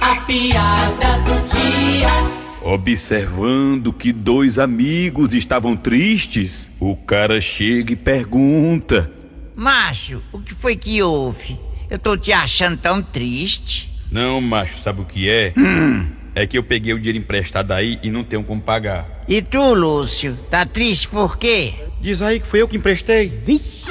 A piada do dia. Observando que dois amigos estavam tristes, o cara chega e pergunta: Macho, o que foi que houve? Eu tô te achando tão triste. Não, macho, sabe o que é? É que eu peguei o dinheiro emprestado aí e não tenho como pagar. E tu, Lúcio, tá triste por quê? Diz aí que foi eu que emprestei. Vixe!